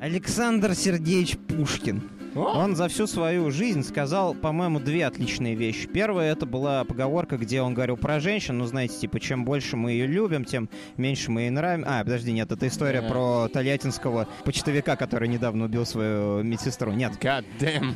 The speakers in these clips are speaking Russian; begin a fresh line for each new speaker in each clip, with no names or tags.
Александр Сергеевич Пушкин.
О!
Он за всю свою жизнь сказал, по-моему, две отличные вещи. Первая это была поговорка, где он говорил про женщин, ну знаете, типа, чем больше мы ее любим, тем меньше мы ей нравимся. А, подожди, нет, это история
Да.
про Тольяттинского почтовика, который недавно убил свою медсестру. Нет,
God damn.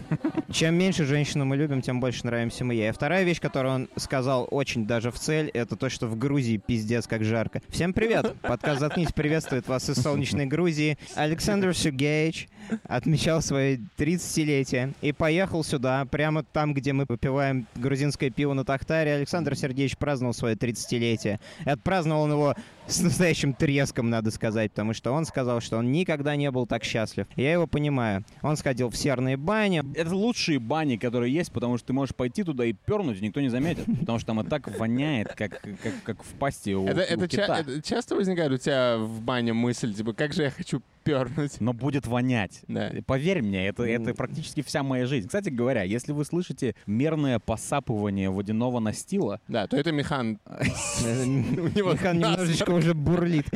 чем меньше женщину мы любим, тем больше нравимся мы ей. А вторая вещь, которую он сказал очень даже в цель, это то, что в Грузии пиздец как жарко. Всем привет! Подкаст «Заткнись» приветствует вас из солнечной Грузии. Александр Сергеевич отмечал свое 30-летие и поехал сюда, прямо там, где мы попиваем грузинское пиво на Тахтаре. Александр Сергеевич праздновал свое 30-летие. И Отпраздновал он его с настоящим треском, надо сказать, потому что он сказал, что он никогда не был так счастлив. Я его понимаю. Он сходил в серные бани,
Это лучшие бани, которые есть, потому что ты можешь пойти туда и пернуть, и никто не заметит. Потому что там и так воняет, как, как, как в пасти у,
Это,
у
это ча-
кита.
это часто возникает у тебя в бане мысль, типа, как же я хочу пернуть?
Но будет вонять.
Да.
Поверь мне, это, это практически вся моя жизнь. Кстати говоря, если вы слышите мерное посапывание водяного настила,
Да, то это Михан.
У
него
немножечко уже бурлит.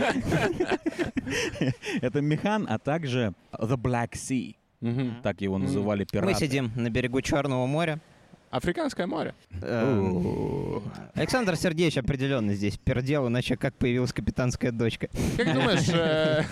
это механ, а также The Black Sea.
Мгм.
Так его называли пираты.
Мы сидим на берегу Черного моря.
Африканское море.
Эм, Александр Сергеевич определенно здесь пердел, иначе как появилась капитанская дочка.
Как думаешь, э,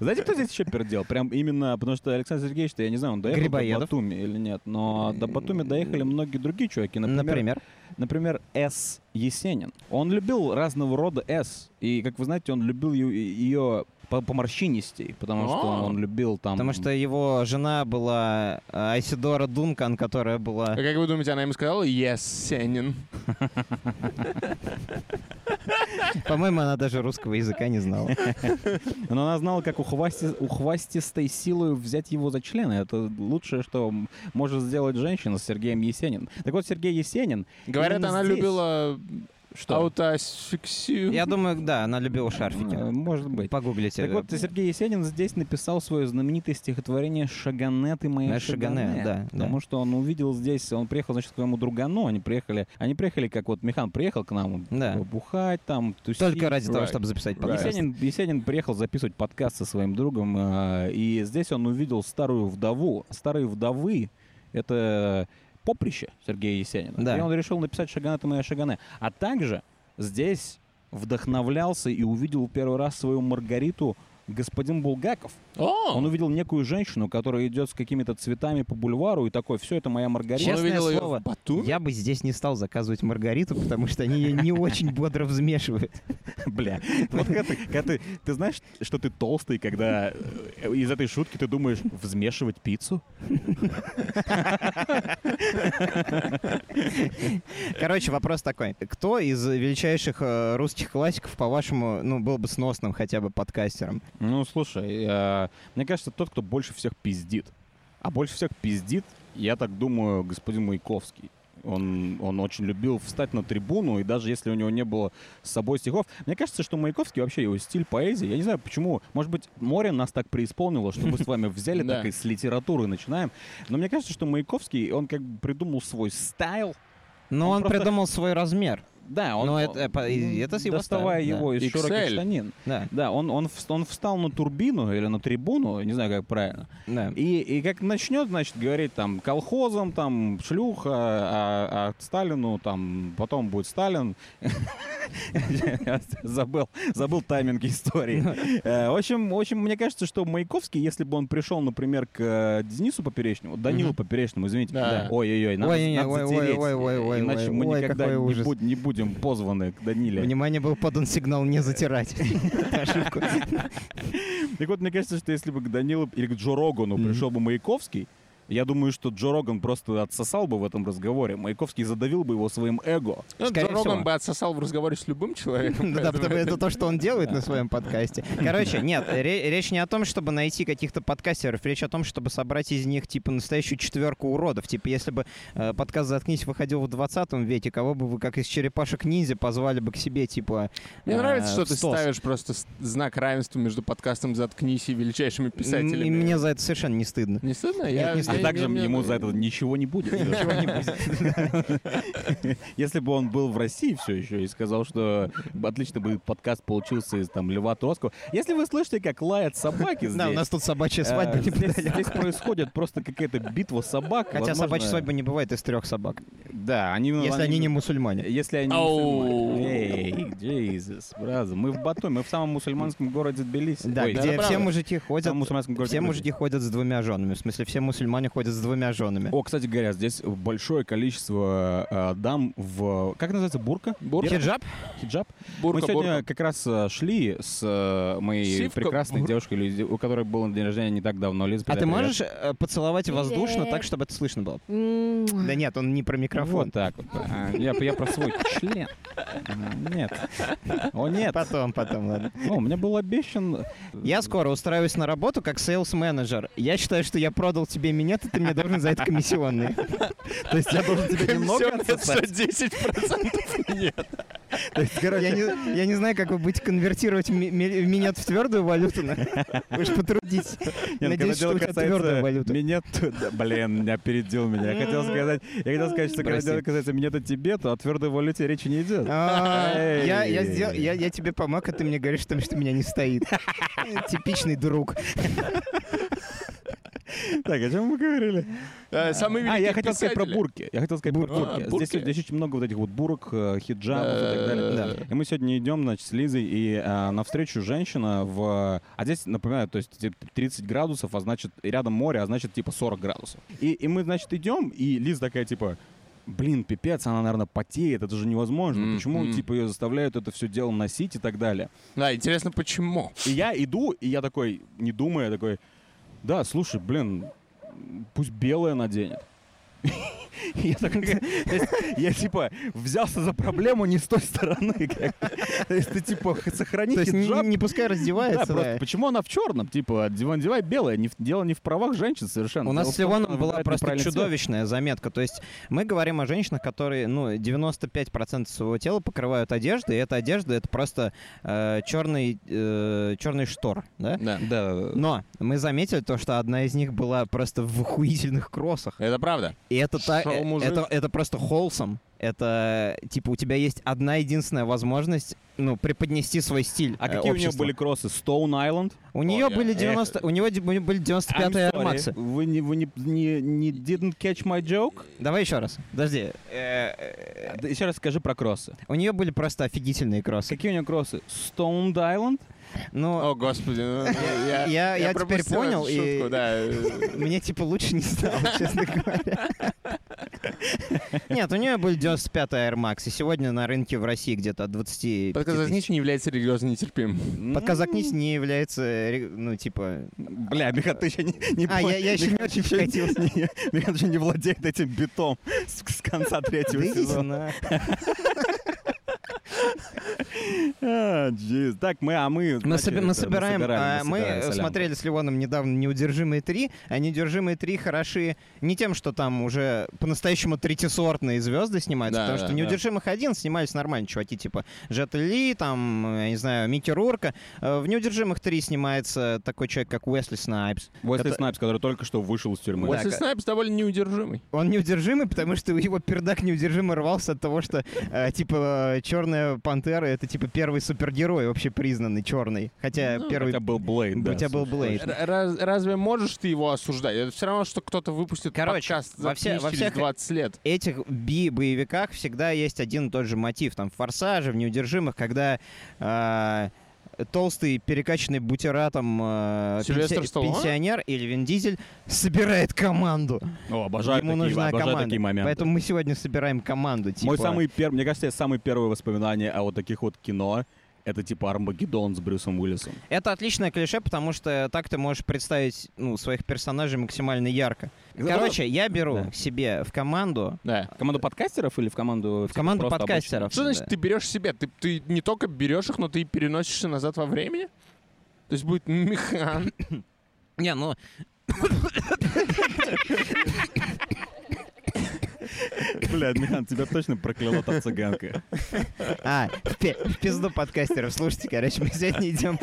Знаете, кто здесь еще пердел? Прям именно, потому что Александр Сергеевич, я не знаю, он доехал
Грибоедов.
до Батуми или нет, но до Батуми доехали многие другие чуваки. Например,
Например.
например, С. Есенин. Он любил разного рода С, и, как вы знаете, он любил ее, ее по, по морщинистей, потому что
А.
он любил там...
Потому что его жена была э, Айсидора Дункан, которая была...
как вы думаете, она ему сказала «Есенин»?
По-моему, она даже русского языка не знала.
Но она знала, как ухвасти- ухвастистой силой взять его за члены. Это лучшее, что м- может сделать женщина с Сергеем Есенин. Так вот, Сергей Есенин...
Говорят,
именно
она
здесь,
любила аутосексию.
Я думаю, да, она любила
э,
шарфики.
Может быть.
Погуглите.
Так вот, Сергей Есенин здесь написал свое знаменитое стихотворение «Шаганет и мои
Мои шагане»,
шагане».
да,
Потому
да.
что он увидел здесь, он приехал, значит, к своему другану, они приехали, они приехали, как вот Михан приехал к нам
Да.
э, бухать там, тусить.
Только ради того,
Right.
чтобы записать
Right.
подкаст.
Есенин, Есенин приехал записывать подкаст со своим другом, э, и здесь он увидел старую вдову. Старые вдовы — это поприще Сергея Есенина.
Да.
И он решил написать «Шагане, ты моя Шагане». А также здесь вдохновлялся и увидел первый раз свою Маргариту господин Булгаков.
О!
Он увидел некую женщину, которая идет с какими-то цветами по бульвару и такой, все это моя Маргарита.
Честное
Он увидел ее
слово,
в Батуми?
Я бы здесь не стал заказывать Маргариту, потому что они ее не очень бодро взмешивают.
Бля, вот когда ты, когда ты, ты знаешь, что ты толстый, когда э, из этой шутки ты думаешь взмешивать пиццу?
Короче, вопрос такой. Кто из величайших э, русских классиков, по-вашему, ну, был бы сносным хотя бы подкастером?
Ну, слушай, э, мне кажется, тот, кто больше всех пиздит. А больше всех пиздит, я так думаю, господин Маяковский. Он, он очень любил встать на трибуну, и даже если у него не было с собой стихов. Мне кажется, что Маяковский вообще его стиль поэзии. Я не знаю, почему. Может быть, море нас так преисполнило, что мы с вами взяли
Да.
так и с литературы начинаем. Но мне кажется, что Маяковский, он как бы придумал свой стайл.
Но
Он
он,
просто-
придумал свой размер.
Да, он... Ну,
Но это- э, по- и- это с его
Доставая
стайл, да.
его из широких
XL.
штанин.
Да,
Да, он, он, вс- он встал на турбину или на трибуну, не знаю, как правильно.
да.
И, и как начнет, значит, говорить там колхозом, там шлюха, а, а Сталину, там потом будет Сталин. Я забыл, забыл тайминг истории. Э, В общем, в общем, мне кажется, что Маяковский, если бы он пришел, например, к э, Денису Поперечному, Данилу
Мгм.
Поперечному, извините,
Да.
ой-ой-ой, надо,
Ой, не,
надо
ой, ой,
затереть,
ой, ой, ой,
иначе
ой,
мы
ой,
никогда
какой
не,
ужас.
буд- не будем позваны к Даниле.
Внимание, был подан сигнал не затирать. Ошибку.
Так вот, мне кажется, что если бы к Данилу или к Джо Рогану
Мгм.
пришел бы Маяковский, я думаю, что Джо Роган просто отсосал бы в этом разговоре. Маяковский задавил бы его своим эго.
Ну, Джо
скорее
Роган
всего.
бы отсосал в разговоре с любым человеком.
Да, потому это
поэтому-
то, что он делает на своем подкасте. Короче, нет, ре- речь не о том, чтобы найти каких-то подкастеров, речь о том, чтобы собрать из них, типа, настоящую четверку уродов. Типа, если бы э, подкаст «Заткнись» выходил в 20 веке, кого бы вы, как из «Черепашек-ниндзя», позвали бы к себе, типа...
Мне
э,
нравится, что
в
ты
СОС.
ставишь просто с- знак равенства между подкастом «Заткнись» и величайшими
М, И
писателями.
мне за это совершенно не стыдно.
Не стыдно?
Нет,
Я
не
я
стыдно. А
И А также
не- не-
ему за это ничего не будет. э, Ничего не будет. Если бы он был в России все еще и сказал, что отлично бы подкаст получился из там Льва Троцкого. Если вы слышите, как лаят собаки здесь...
Да, у нас тут собачья
э,
свадьба не
здесь,
подали.
здесь происходит просто какая-то битва собак.
Хотя
Возможно-
собачья свадьба не бывает из трех собак,
Да, Ну, они...
если они не
же-
мусульмане.
Если они
Оу.
мусульмане. Эй, Jesus, brother. Мы в Батуми, мы в самом мусульманском городе Тбилиси.
Да,
Ой,
это
где все
правда.
мужики ходят,
самом мусульманском городе
все
Тбилиси.
мужики ходят с двумя женами. В смысле, все мусульмане ходят с двумя женами.
О, кстати говоря, здесь большое количество э, дам в... Как называется? Бурка?
Бурка.
Хиджаб?
Хиджаб?
Бурка,
Мы сегодня
бурка.
как раз э, шли с э, моей
Сивка,
прекрасной
бур-
девушкой, Люзи, у которой был день рождения не так давно. Лиз,
А
передай
ты
привет.
можешь э, поцеловать воздушно так,
Привет.
чтобы это слышно было? Да
Да
нет, он не про микрофон.
Вот так вот. А, Я, я про свой член. А, Нет. О, нет.
Потом, потом, ладно.
Ну, у меня был обещан...
Я скоро устраиваюсь на работу как сейлс-менеджер. Я считаю, что я продал тебе минет, и ты мне должен за это комиссионные.
То есть я должен тебе немного отсосать?
10% нет.
То есть,
Я
короче,
не, я не знаю, как вы будете конвертировать ми- ми- минет в твердую валюту. но Вы же потрудитесь.
Нет, ну, когда
Надеюсь, что
дело
у тебя твердая
касается
валюта.
Меня то- да, блин, меня опередил меня. Я хотел сказать, я хотел сказать, что когда
Прости.
дело касается меня то тебе, то о твердой валюте речи не идет.
А, Я я
Эй.
сдел- я- я тебе помог, а ты мне говоришь, потому что меня не стоит. Типичный друг.
Так, о чем мы говорили?
Э, Самые
А, я
великие
хотел сказать про
писатели.
бурки. Я хотел сказать про
Бурки.
бурки.
А,
Здесь,
бурки.
здесь очень много вот этих вот бурок, э, хиджабов и так далее.
Да.
Да. И мы сегодня идем, значит, с Лизой, и э, навстречу женщина в... А здесь, напоминаю, то есть типа, 30 градусов, а значит, и рядом море, а значит, типа 40 градусов. И, и мы, значит, идем, и Лиза такая, типа, блин, пипец, она, наверное, потеет, это же невозможно.
М,
Почему,
м.
типа, ее заставляют это все дело носить и так далее?
Да, интересно, почему?
И я иду, и я такой, не думая, такой, да, слушай, блин, пусть белое наденет. И Я такой, то есть я типа взялся за проблему не с той стороны. как бы. То есть ты типа х- сохрани
То есть
хиджаб.
не не пускай
Да,
раздевается.
просто
да.
почему она в черном? Типа, одевай, одевай белое. Не в- дело не в правах женщин совершенно.
У нас
Дело в
с
том,
Ливоном
что она
была
выбирает
просто
неправильный цвет.
чудовищная заметка. То есть мы говорим о женщинах, которые, ну, 95% своего тела покрывают одеждой, и эта одежда — это просто э, черный, э, черный штор, да?
Да.
Да, да, да.
Но мы заметили то, что одна из них была просто в охуительных кроссах.
Это правда.
И это, та-
Шел
э,
мужик.
это, это просто холсом. Это, типа, у тебя есть одна единственная возможность, ну, преподнести свой стиль
А
э,
какие у нее
обществу.
были кроссы? Стоун Айленд?
У нее
Ой,
были
эх.
90... У него ди- были 95-е Air Max'ы.
Вы не, вы не, не, не didn't catch my joke?
Давай еще раз. Подожди. Э,
Э, Да Еще раз скажи про кроссы.
У нее были просто офигительные кроссы.
Какие у нее кроссы? Stone Island?
Ну,
О, господи. ну, Я
Я- я теперь
пропустил эту
понял, и-
шутку, да.
мне типа лучше не стало, честно говоря. Нет, у нее были 95 Air Max, и сегодня на рынке в России где-то от 20
Подкаст
тысяч.
не является религиозно нетерпимым.
Подказак Нить не является, ре- ну, типа...
Бля, Миха, ты еще не, не
А,
понял.
я- я еще не
Миха
очень
ещё не-
вкатился.
не- Миха еще не владеет этим битом с, с
Да
конца третьего
идите
сезона.
на...
А, джиз. Так, мы, а мы...
Мы,
начали
соби- мы
это,
собираем,
собирали,
а, мы
собирали солянку.
смотрели с Ливоном недавно «Неудержимые три», а «Неудержимые три» хороши не тем, что там уже по-настоящему третисортные звезды снимаются,
Да,
потому
да,
что
да.
«Неудержимых один» снимались нормально чуваки, типа Джет Ли, там, э, я не знаю, Микки Рурка. Э, В «Неудержимых три» снимается такой человек, как Уэсли Снайпс.
Уэсли
Это-
Снайпс, который только что вышел из тюрьмы.
Уэсли Снайпс довольно неудержимый.
Он неудержимый, потому что его пердак неудержимо рвался от того, что, э, типа, «Черная пантера» — это, типа, первый супергерой вообще признанный черный. Хотя
Ну,
первый...
Хотя был Блейд, да.
у тебя был Блейд.
Р- раз- Разве можешь ты его осуждать? Это все равно, что кто-то выпустит
Короче,
подкаст
во все-
«Заткнись»
во
через
всех-
20 лет.
этих би-боевиках всегда есть один и тот же мотив. Там в «Форсаже», в «Неудержимых», когда э, толстый, перекачанный бутератом э,
Сильвестр
пенси-
Сталлоне?
пенсионер или Вин Дизель собирает команду.
О, обожаю
Ему
такие,
нужна
обожаю
команда.
такие моменты.
Поэтому мы сегодня собираем команду. Типа...
Мой самый первый, мне кажется, самые первые воспоминания о вот таких вот кино это типа Армагеддон с Брюсом Уиллисом.
Это отличное клише, потому что так ты можешь представить ну, своих персонажей максимально ярко. Короче, я беру
Да.
себе в команду...
Да.
В команду подкастеров или в команду...
В команду типа,
просто
подкастеров.
Что значит
да.
ты берешь себе? Ты, ты не только берешь их, но ты и переносишься назад во времени? То есть будет механ.
Не, ну...
обычных? Бля, Михан, тебя точно прокляла та цыганка.
А, в, пи- в пизду подкастеров. Слушайте, короче, мы сегодня идем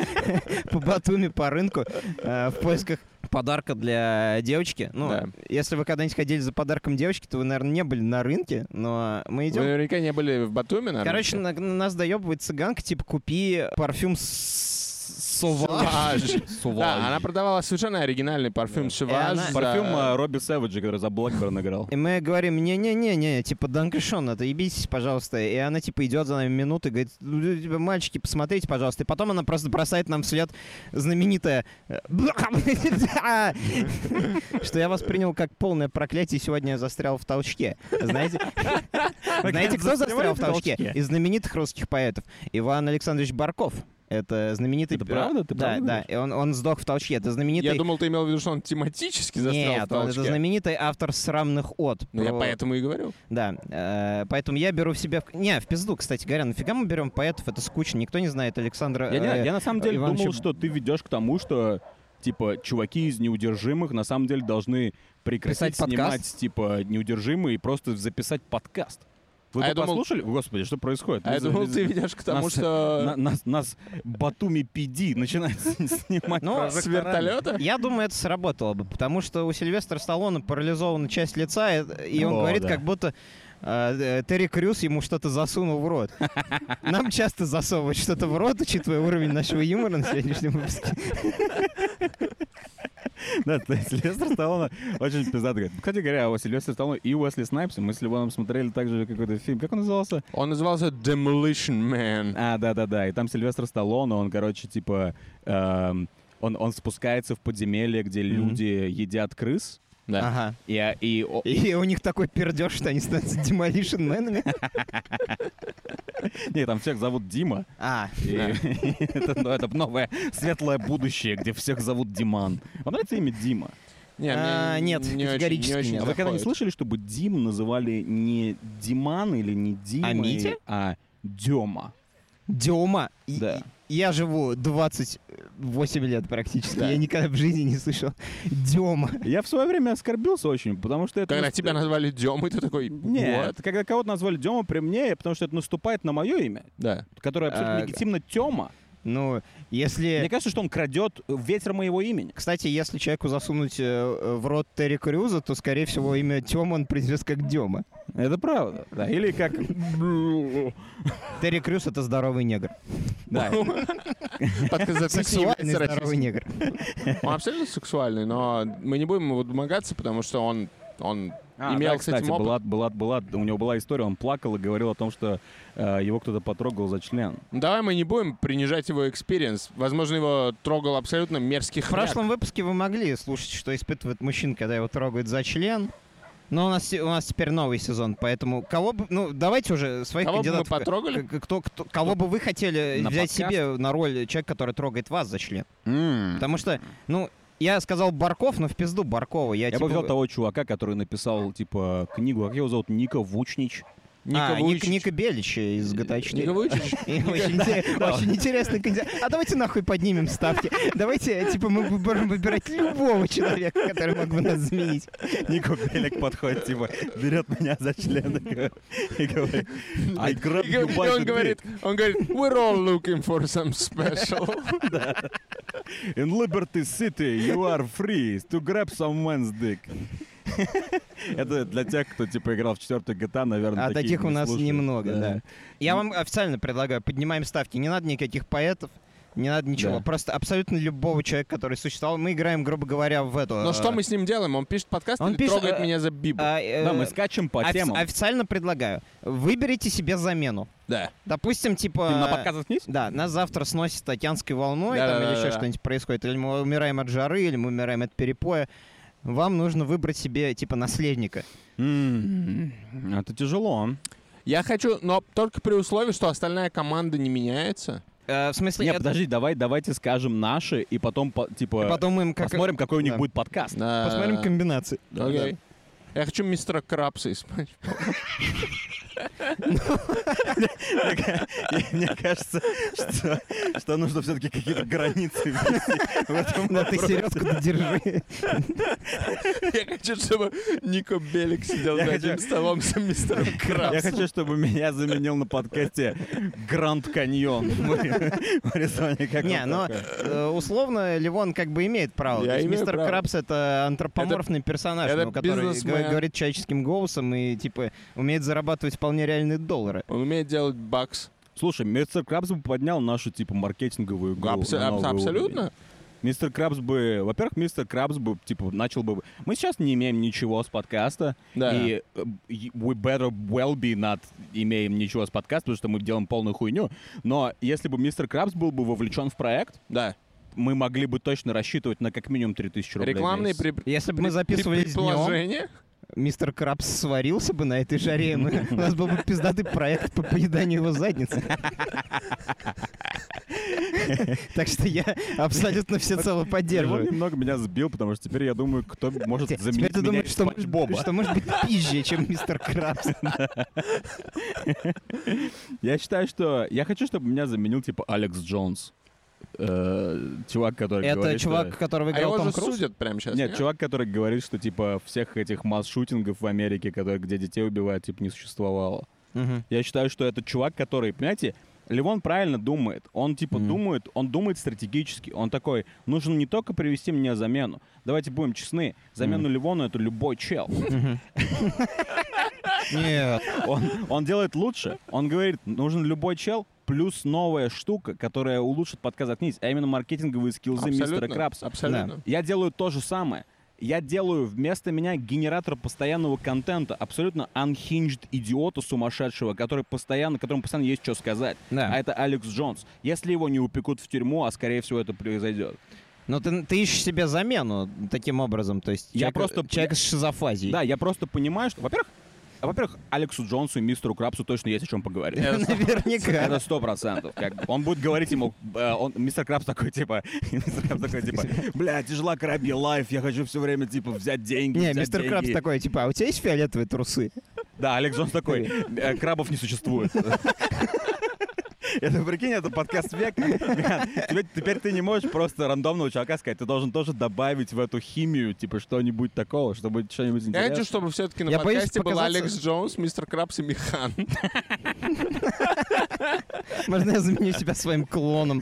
по Батуми, по рынку э, в поисках подарка для девочки. Ну,
Да.
если вы когда-нибудь ходили за подарком девочки, то вы, наверное, не были на рынке, но мы
Вы
идем.
наверняка не были в Батуми, наверное.
Короче, на- на нас доебывает цыганка, типа, купи парфюм с... Сова.
Суваж. Да, она продавала совершенно оригинальный парфюм Шиваж.
она-
Парфюм э, Робби Сэвиджа, который за Блэкберн играл.
И мы говорим, не-не-не-не, типа, Данкашон, отъебитесь, пожалуйста. И она, типа, идет за нами минуты, говорит, «Ну, типа, мальчики, посмотрите, пожалуйста. И потом она просто бросает нам вслед знаменитое э, что я вас принял как полное проклятие, и сегодня я застрял в толчке. Знаете, знаете, кто застрял в толчке? Из знаменитых русских поэтов. Иван Александрович Барков. Это знаменитый...
Это правда? Ты
да,
правда
да. И он, он сдох в толчке. Это знаменитый...
Я думал, ты имел в виду, что он тематически застрял в
Нет, он-
толчке.
это знаменитый автор срамных от.
Ну, я
Про-
поэтому и говорю.
Да, э, поэтому я беру в себя... в- Не, в пизду, кстати говоря, нафига мы берем поэтов? Это скучно, никто не знает Александра...
Я,
э,
не- я на самом деле
Ивановича-
думал, что ты ведешь к тому, что типа чуваки из неудержимых на самом деле должны прекратить
Писать подкаст?
снимать типа неудержимые и просто записать подкаст.
А
Вы бы
я думал-
послушали? Господи, что происходит?
А я
Лиза-
думал,
Лиза-
ты ведешь к тому,
нас-
что...
на- нас, нас Батуми PD начинает снимать.
Ну,
прожекторами.
С вертолета?
Я думаю, это сработало бы, потому что у Сильвестра Сталлоне парализована часть лица, э, и и он
О,
говорит,
да.
как будто э, э, Терри Крюс ему что-то засунул в рот. Нам часто засовывают что-то в рот, учитывая уровень нашего юмора на сегодняшнем выпуске.
Да, то есть Сильвестр Сталлоне очень пиздатый. Кстати говоря, о Сильвестре Сталлоне и Уэсли Снайпсе мы с Ливаном смотрели также какой-то фильм. Как он назывался?
Он назывался Demolition Man.
А, да-да-да, и там Сильвестр Сталлоне, он, короче, типа, эм, он, он спускается в подземелье, где
Мгм.
люди едят крыс,
Да.
Ага.
и, а- и о-
И у них такой пердеж, что они становятся демолишн-менами.
не, там всех зовут Дима.
А,
И- это, ну, это новое светлое будущее, где всех зовут Диман. Вам нравится имя Дима?
Не,
А,
мне
нет,
не очень-
категорически
не очень
нет.
А вы когда-нибудь
заходит.
слышали, чтобы Дим называли не Диман или не Дима,
А Митя?
а Дема?
Диома. и-
Да.
и- Я живу 28 лет практически.
Да.
Я никогда в жизни не слышал Диома.
Я в свое время оскорбился очень, потому что это...
Когда
наст-
тебя назвали Демой, ты такой,
Нет,
вот.
когда кого-то назвали Дема при мне, потому что это наступает на мое имя,
Да.
которое абсолютно
А,
легитимно Тема.
Ну, если...
Мне кажется, что он крадет ветер моего имени.
Кстати, если человеку засунуть э, э, в рот Терри Крюза, то, скорее всего, имя Тёма он произнес как Дема.
Это правда. Да, или как...
Терри Крюз — это здоровый негр.
Да,
Подкаст за тысячу
Сексуальный
является
здоровый
расизмом.
негр.
Он абсолютно сексуальный, но мы не будем его домогаться, потому что он... Он
А,
имел
да,
с
кстати,
этим опыт.
была, была, была, у него была история, он плакал и говорил о том, что э, его кто-то потрогал за член.
Ну, Давай мы не будем принижать его экспириенс. Возможно, его трогал абсолютно мерзкий
В
хряк.
прошлом выпуске вы могли слушать, что испытывает мужчина, когда его трогают за член. Но у нас, те- у нас теперь новый сезон, поэтому кого бы... Ну, давайте уже своих
Кого бы мы
кандидатов...
потрогали?
к- к- кто- кто- кого бы вы хотели
На
взять
подкаст?
себе на роль человека, который трогает вас за член?
Я
Потому что, ну, я сказал Барков, но в пизду Баркова. Я,
бы
типа,
взял того чувака, который написал, типа, книгу, как его зовут, Ника Вучнич.
А, Ник-
Вуйчич.
Ника Белича из
Э,
GTA 4.
Ника Вуйчич?
И Очень интерес- очень интересный кандидат. А давайте нахуй поднимем ставки. Давайте, типа, мы будем выбирать любого человека, который мог бы нас заменить.
Ника Белик подходит, типа, берет меня за член и говорит, I grab
И
you by
он
the
говорит, он говорит, we're all looking for some special.
dick. In Liberty City you are free to grab someone's dick. Это для тех, кто, типа, играл в четвертую GTA, наверное,
А
такие
таких у
не
нас
слушают.
немного, да. Я вам официально предлагаю, поднимаем ставки. Не надо никаких поэтов. Не надо ничего.
Да.
Просто абсолютно любого человека, который существовал. Мы играем, грубо говоря, в эту...
Ну,
Но
э,
что мы с ним делаем? Он пишет подкаст
Он
или
пишет,
трогает
э,
меня за бибу?
а, э,
Да, мы скачем по
офи-
темам.
Официально предлагаю. Выберите себе замену.
Да.
Допустим, типа...
Ты на подкастах вниз?
Да, нас завтра сносит океанской волной, там, или
Да-да-да-да.
еще что-нибудь происходит, или мы умираем от жары, или мы умираем от перепоя. Вам нужно выбрать себе, типа, наследника.
М, Это тяжело.
Я хочу, но только при условии, что остальная команда не меняется.
Э, в смысле,
Нет,
это-
подожди, давай, давайте скажем наши, и потом, по- типа,
подумаем, как...
посмотрим, э, какой у них
да.
будет подкаст.
На-
Посмотрим комбинации.
Окей. Я хочу мистера Крабса из Спанч
Мне кажется, что, что нужно все-таки какие-то границы ввести в этом
Да ты
вопросе.
серьезку держи.
Я хочу, чтобы Нико Белик сидел
Я
за
хочу-
этим столом с мистером
Я
Крабсом.
хочу, чтобы меня заменил на подкасте Гранд Каньон. Вырисование как
Не,
он
но
такой.
э, условно Ливон как бы имеет право.
Я
То есть
имею
Мистер
право.
Крабс это антропоморфный персонаж,
это
ну, который
бизнесмен.
г- говорит человеческим голосом и типа умеет зарабатывать вполне реальные доллары.
Он умеет делать бакс.
Слушай, мистер Крабс бы поднял нашу, типа, маркетинговую игру.
Абсо-
на новый
абс-
уровень.
Абсолютно.
Мистер Крабс бы... Во-первых, мистер Крабс бы, типа, начал бы... Мы сейчас не имеем ничего с подкаста.
Да.
И э, we better well be not имеем ничего с подкаста, потому что мы делаем полную хуйню. Но если бы мистер Крабс был бы вовлечен в проект,
Да.
мы могли бы точно рассчитывать на как минимум 3000 рублей. в
Рекламные
месяц.
при...
Если бы
при-
мы записывались днем,
предположения.
мистер Крабс сварился бы на этой жаре, и мы- у нас был бы пиздатый проект по поеданию его задницы. Так что я абсолютно всецело
Его
поддерживаю.
немного меня сбил, потому что теперь я думаю, кто может
Те-
заменить
Теперь ты
меня
думаешь,
из
что,
Спанч Боба.
что может быть пизже, чем мистер Крабс.
Я считаю, что... Я хочу, чтобы меня заменил, типа, Алекс Джонс. Э, чувак, который
Это
говорит, э, что-
чувак, которого
А
играл
его
Том
же
Круз?
судят прямо сейчас.
Нет, чувак, который говорит, что, типа, всех этих масс-шутингов в Америке, которые, где детей убивают, типа, не существовало.
Мгм.
Я считаю, что это чувак, который, понимаете, Левон правильно думает. Он типа
Мгм.
думает, он думает стратегически. Он такой, нужно не только привести мне замену. Давайте будем честны, замену Левону это любой чел.
Мгм. Нет.
Он, он делает лучше. Он говорит, нужен любой чел, плюс новая штука, которая улучшит подкаст «Заткнись», а именно маркетинговые скиллзы мистера
Абсолютно.
Крабса.
Абсолютно.
Я делаю то же самое. Я делаю вместо меня генератор постоянного контента, абсолютно unhinged идиота сумасшедшего, который постоянно, которому постоянно есть что сказать.
Да.
А это Алекс Джонс. Если его не упекут в тюрьму, а скорее всего это произойдет.
Но Ну, ты, ты ищешь себе замену таким образом, то есть
Я
человек-
просто-
человек с шизофазией.
Да, я просто понимаю, что, во-первых, во-первых, Алексу Джонсу и мистеру Крабсу точно есть о чем поговорить. Это
Наверняка.
сто процентов. Как бы. Он будет говорить ему, э, он, мистер Крабс такой, типа, мистер Крабс такой, типа, бля, тяжела крабья лайф, я хочу все время, типа, взять деньги,
Не,
взять
мистер
деньги».
Крабс такой, типа, а у тебя есть фиолетовые трусы?
Да, Алекс Джонс такой, «Э, крабов не существует. Это, прикинь, это подкаст век. Михан, тебе- Теперь ты не можешь просто рандомного чувака сказать. Ты должен тоже добавить в эту химию, типа, что-нибудь такого, чтобы что-нибудь
Я
интересное.
хочу, чтобы все-таки на
Я боюсь
подкасте был
показаться-
Алекс Джонс, мистер Крабс и Михан.
Можно я заменю тебя своим клоном?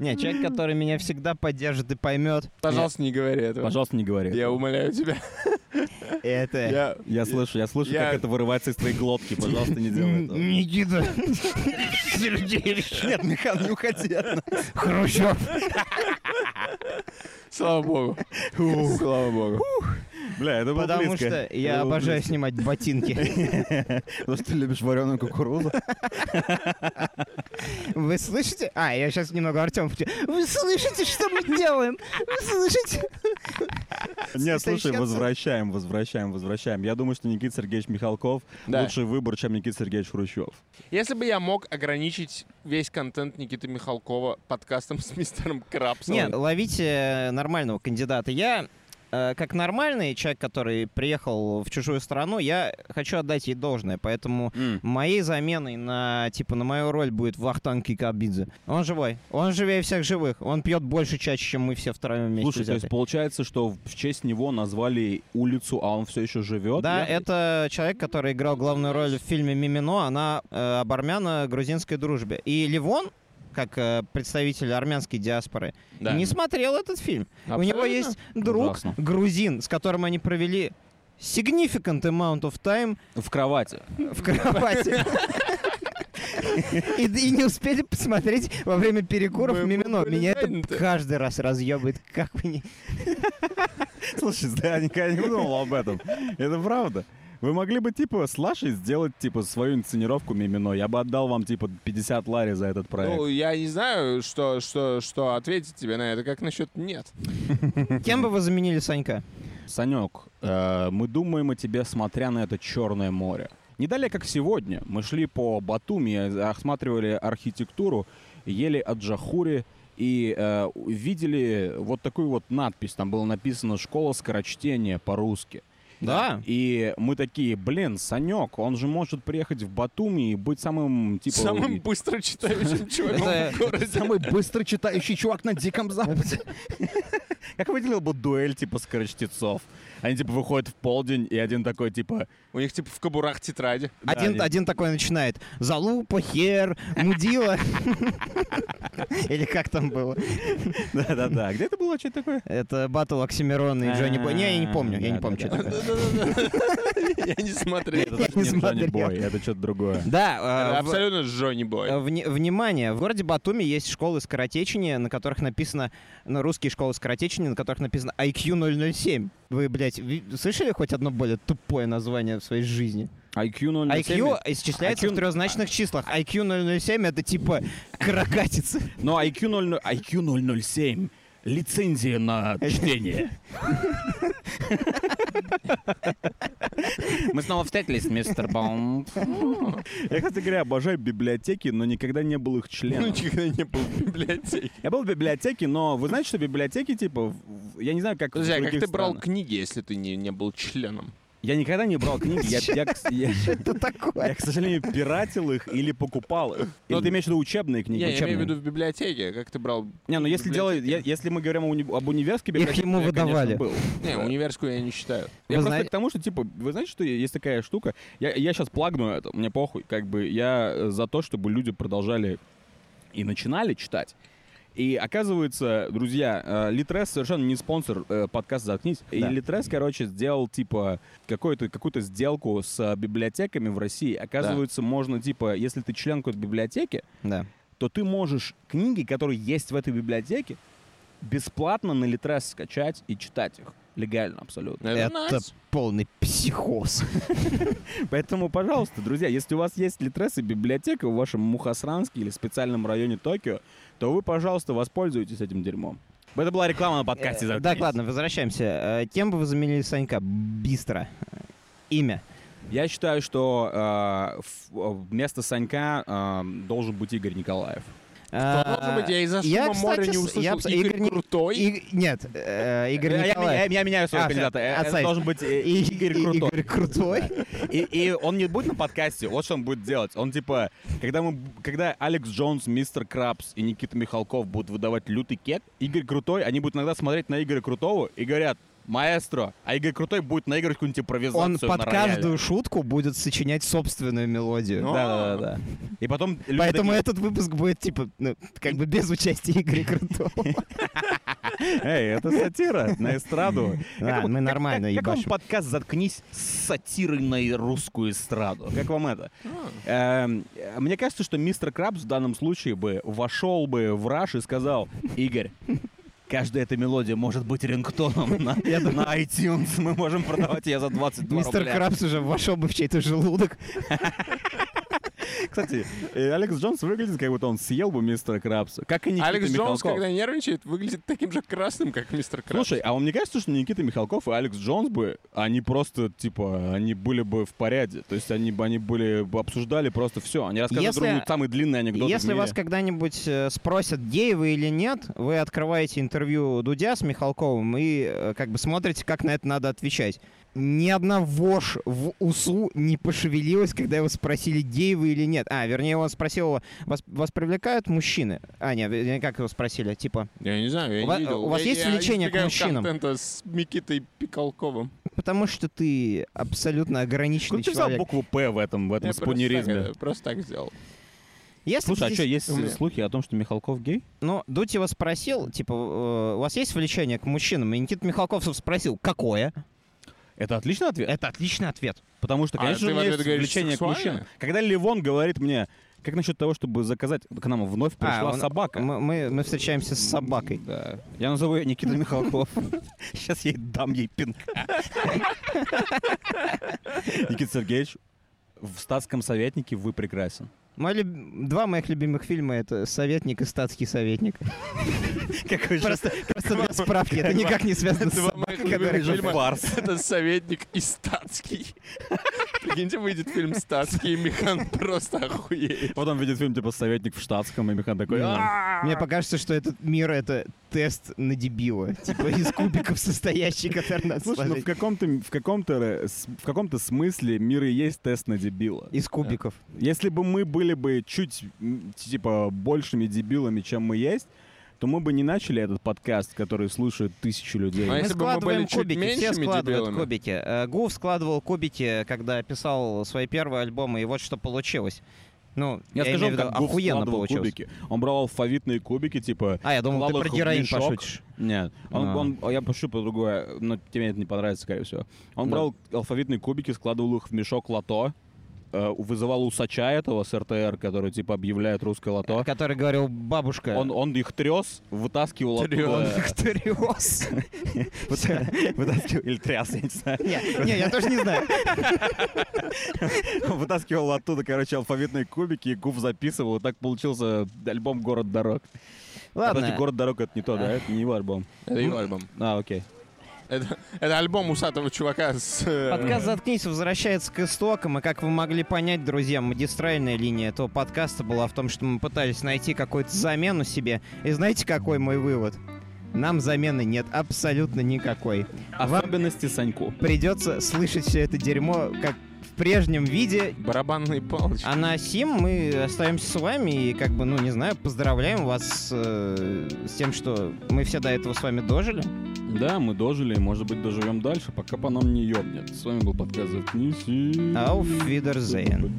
Не, человек, который меня всегда поддержит и поймет,
Пожалуйста, не говори этого.
Пожалуйста, не говори.
Я умоляю тебя.
это...
Я-
Я слышу, я слышу,
Я-
как это вырывается из твоей глотки. Пожалуйста, не делай этого.
Никита Сергеевич
Нет, Михан, не уходи.
Хрущев.
Слава богу. Слава богу.
Бля, это было
Потому
близко.
что
Это
я
было
обожаю
близко.
снимать ботинки.
Потому что ты любишь вареную кукурузу.
Вы слышите? А, я сейчас немного Артем. Вы слышите, что мы делаем? Вы слышите?
Нет, слушай,
Совещаться?
возвращаем, возвращаем, возвращаем. Я думаю, что Никита Сергеевич Михалков
Да.
лучший выбор, чем Никита Сергеевич Хрущев.
Если бы я мог ограничить весь контент Никиты Михалкова подкастом с мистером Крабсом.
Нет, ловите э, нормального кандидата. Я, э, как нормальный человек, который приехал в чужую страну, я хочу отдать ей должное, поэтому моей заменой на, типа, на мою роль будет Вахтанг Кикабидзе. Он живой. Он живее всех живых. Он пьет больше чаще, чем мы все втроем вместе
Слушай, то
взятые.
есть получается, что в честь него назвали улицу, а он все еще живет?
да,
Я-
это человек, который играл главную роль в фильме «Мимино», она э, об армяно-грузинской дружбе. И Ливон, как э, представитель армянской диаспоры,
Да.
не смотрел этот фильм. У него
Абсолютно.
есть друг,
Ужасно.
грузин, с которым они провели significant amount of time
В кровати.
в кровати. И, и не успели посмотреть во время перекуров
Мы- мы
Мимино.
были
Меня это
заняты.
каждый раз разъебывает, как вы не...
Слушай, да, я никогда не думал об этом. Это правда. Вы могли бы, типа, с Лашей сделать, типа, свою инсценировку Мимино. Я бы отдал вам, типа, 50 лари за этот проект.
Ну, я не знаю, что, что, что ответить тебе на это. Как насчет нет?
Кем бы вы заменили Санька?
Санек, э, мы думаем о тебе, смотря на это Черное море. Не далее, как сегодня, мы шли по Батуми, осматривали архитектуру, ели аджахури и э, видели вот такую вот надпись, там было написано «Школа скорочтения» по-русски.
Да.
И мы такие, блин, Санек, он же может приехать в Батуми и быть самым, типа...
Самым быстро читающим чуваком в городе.
Самый быстро читающий чувак на Диком Западе. Как выделил бы дуэль, типа, скорочтецов? Они, типа, выходят в полдень, и один такой, типа,
У них типа в кобурах тетради.
Один,
нет.
один такой начинает «Залупа, хер, мудила». Или как там было?
да-да-да, где это было что-то такое?
Это батл Оксимирона и Джонни Бой. Не, я не помню, я не
Да,
помню,
да,
что
да.
такое.
Я не смотрел.
Это
не
не Джонни
смотрел.
Бой, это что-то другое.
А,
Да, э, в-
Абсолютно Джонни Бой.
э, вни- внимание, в городе Батуми есть школы скоротечения, на которых написано, ну, русские школы скоротечения, на которых написано IQ 007. Вы, блядь, ви- слышали хоть одно более тупое название в своей жизни?
IQ 07.
IQ исчисляется
IQ
в трехзначных числах. IQ 007 это типа каракатица.
Но IQ, 00 IQ 007 лицензия на чтение. Мы снова встретились, мистер Баум. Я, кстати говоря, обожаю библиотеки, но никогда не был их
Ну,
членом.
никогда не был в библиотеке.
Я был в библиотеке, но вы знаете, что библиотеки, типа, в- в- я не знаю, как в
Друзья, а как
других
ты брал
странах.
книги, если ты не, не был членом?
Я никогда не брал книги, я, я, к- я-
Это такое.
я, к сожалению, пиратил их или покупал их.
Ну,
Или ты имеешь в виду учебные книги?
Я, я
учебные?
имею в виду в библиотеке, как ты брал...
Не, ну если, дело, я- если мы говорим о уни- об универской
Их
библиотеке,
ему
я, конечно,
выдавали.
был.
Не, универскую я не считаю.
Я
Вы
просто
знаете-
к тому, что, типа, вы знаете, что есть такая штука? Я, я сейчас плагну это, мне похуй. Как бы я э, за то, чтобы люди продолжали и начинали читать. И оказывается, друзья, э, Литрес совершенно не спонсор э, подкаста «Заткнись». И
Да.
Литрес, короче, сделал, типа, какую-то какую сделку с э, библиотеками в России. Оказывается, можно, типа, если ты член какой-то библиотеки,
Да.
то ты можешь книги, которые есть в этой библиотеке, бесплатно на Литрес скачать и читать их. Легально абсолютно.
Ну,
Это
nice.
полный психоз.
Поэтому, пожалуйста, друзья, если у вас есть Литрес и библиотека в вашем Мухасранске или специальном районе Токио, то вы, пожалуйста, воспользуйтесь этим дерьмом. Это была реклама на подкасте.
Э,
«Заткнись».
Так, ладно, возвращаемся. Э, Кем бы вы заменили Санька? Быстро. Имя.
Я считаю, что э, ф- э, вместо Санька э, должен быть Игорь Николаев.
Должен ну, быть, я из-за
Э, я,
шума моря
кстати,
не
с-
услышал.
я
Я,
абс- Игорь
Игорь
не-
Крутой.
И- Нет, э, Игорь
Э, я,
Николаев.
меня- я меняю своего
А,
кандидата. Э,
а,
Это
Сань.
должен быть э,
И-
Игорь Крутой.
Игорь Крутой.
И, и он не будет на подкасте, вот что он будет делать. Он типа, когда, мы, когда Алекс Джонс, Мистер Крабс и Никита Михалков будут выдавать лютый кек, Игорь Крутой, они будут иногда смотреть на Игоря Крутого и говорят, маэстро, а Игорь Крутой будет наигрывать какую-нибудь типа импровизацию
Он
на
под
рояле».
каждую шутку будет сочинять собственную мелодию.
Ну,
Да, да, да. И потом... люди
Поэтому этот выпуск будет, типа, ну, как бы без участия Игоря Крутого.
такие, Эй, это сатира на эстраду.
Да,
Как вам-
А, мы
как-
нормально
как- Как вам
ебашим.
подкаст «Заткнись» с сатирой на русскую эстраду? Как вам это?
А.
Эм, э, Мне кажется, что мистер Крабс в данном случае бы вошел бы в раш и сказал, Игорь, каждая эта мелодия может быть рингтоном на, на iTunes. Мы можем продавать ее за 22
Мистер
рубля.
Крабс уже вошел бы в чей-то желудок.
Кстати, э, Алекс Джонс выглядит, как будто он съел бы мистера Крабса. Как и Никита
Алекс Джонс,
Михалков.
когда нервничает, выглядит таким же красным, как мистер Крабс.
Слушай, а вам не кажется, что Никита Михалков и Алекс Джонс бы, они просто, типа, они были бы в порядке. То есть они бы, они были бы обсуждали просто все. Они рассказывали
Если-
друг другу самый длинный анекдот
Если вас когда-нибудь э, спросят, гей вы или нет, вы открываете интервью Дудя с Михалковым и э, как бы смотрите, как на это надо отвечать. Ни одна вошь в усу не пошевелилась, когда его спросили, гей вы или нет. А, вернее, он спросил его, вас, вас привлекают мужчины? А, нет, вернее, как его спросили, типа,
Я не знаю, я
У
не
вас-
видел.
у вас
Я-
есть
я
влечение к
избегаю
мужчинам?
контента с Микитой Пикалковым.
потому что ты абсолютно ограниченный
Куда ты взял
человек.
букву «П» в этом, в этом
Я
спунеризме?
Просто так, э, просто так сделал.
Если бы
Слушай, а
здесь-
что, есть
У меня-
слухи о том, что Михалков гей?
Ну, Дудь его спросил, типа, э, у вас есть влечение к мужчинам? И Никита Михалковцев спросил, какое?
Это отличный ответ.
Это отличный ответ.
Потому что,
А,
конечно,
ты
у
в
меня
ответ
есть
говоришь,
влечение к
сексуальное?
мужчинам. Когда Левон говорит мне, как насчет того, чтобы заказать... К нам вновь
А,
пришла
он-
собака.
Мы, мы, мы встречаемся с собакой.
Да. Я назову ее Никита Михалков. Сейчас я ей дам ей пинка. Никита Сергеевич, в статском советнике вы прекрасен.
Мой люб- Два моих любимых фильма это «Советник» и «Статский советник».
Какой же
Просто, просто для справки, это никак не связано с
Два моих
собакой,
любимых
которая-
фильма.
фарс.
Это советник и статский. Прикиньте, выйдет фильм «Статский», и Михан просто охуеет.
Потом видит фильм типа «Советник в штатском», и Михан такой...
Не.
«А,
Мне покажется, что этот мир — это тест на дебила. Типа из кубиков состоящий, который надо
Слушай, ну в
сложить.
каком-то в каком-то ре- с- в каком-то смысле мир и есть тест на дебила.
Из кубиков.
Если бы мы были бы чуть м, типа большими дебилами, чем мы есть, то мы бы не начали этот подкаст, который слушают тысячи людей.
А
Мы
если бы мы
складываем
были чуть
кубики, все
меньшими
складывают
дебилами?
кубики. Э, Гуф складывал кубики, когда писал свои первые альбомы, и вот что получилось. Ну, я,
Я,
имею
скажу,
в
вам,
виду,
как Гуф
охуенно
складывал
получилось.
кубики. Он брал алфавитные кубики, типа...
А, я думал,
клал
ты
их
про
в
героин
мешок.
пошутишь.
Нет, ну. он,
А.
он- я пошучу по другое, но тебе это не понравится, скорее всего. Он
Да.
брал алфавитные кубики, складывал их в мешок лото, э, вызывал усача этого с РТР, который типа объявляет русское лото.
Который говорил бабушка.
Он, он их трес, вытаскивал
Трёс.
оттуда-
Викториоз.
вытаскивал или тряс, я не знаю.
Не, не, я тоже не знаю.
Он Вытаскивал оттуда, короче, алфавитные кубики и гуф записывал. И так получился альбом «Город дорог». Подожди,
Ладно.
«Город дорог» — это не то, да? Это не его альбом.
Это его альбом.
А, окей.
Это, это альбом усатого чувака с... э,
Подкаст «Заткнись» возвращается к истокам, и как вы могли понять, друзья, магистральная линия этого подкаста была в том, что мы пытались найти какую-то замену себе. И знаете, какой мой вывод? Нам замены нет абсолютно никакой.
Особенности Саньку.
Придется слышать все это дерьмо как в прежнем виде.
Барабанные палочки.
А на сим мы остаемся с вами и как бы, ну, не знаю, поздравляем вас э, с тем, что мы все до этого с вами дожили.
Да, мы дожили и, может быть, доживем дальше, пока по нам не ёбнет. С вами был подкаст «Заткнись» и...
Auf Wiedersehen.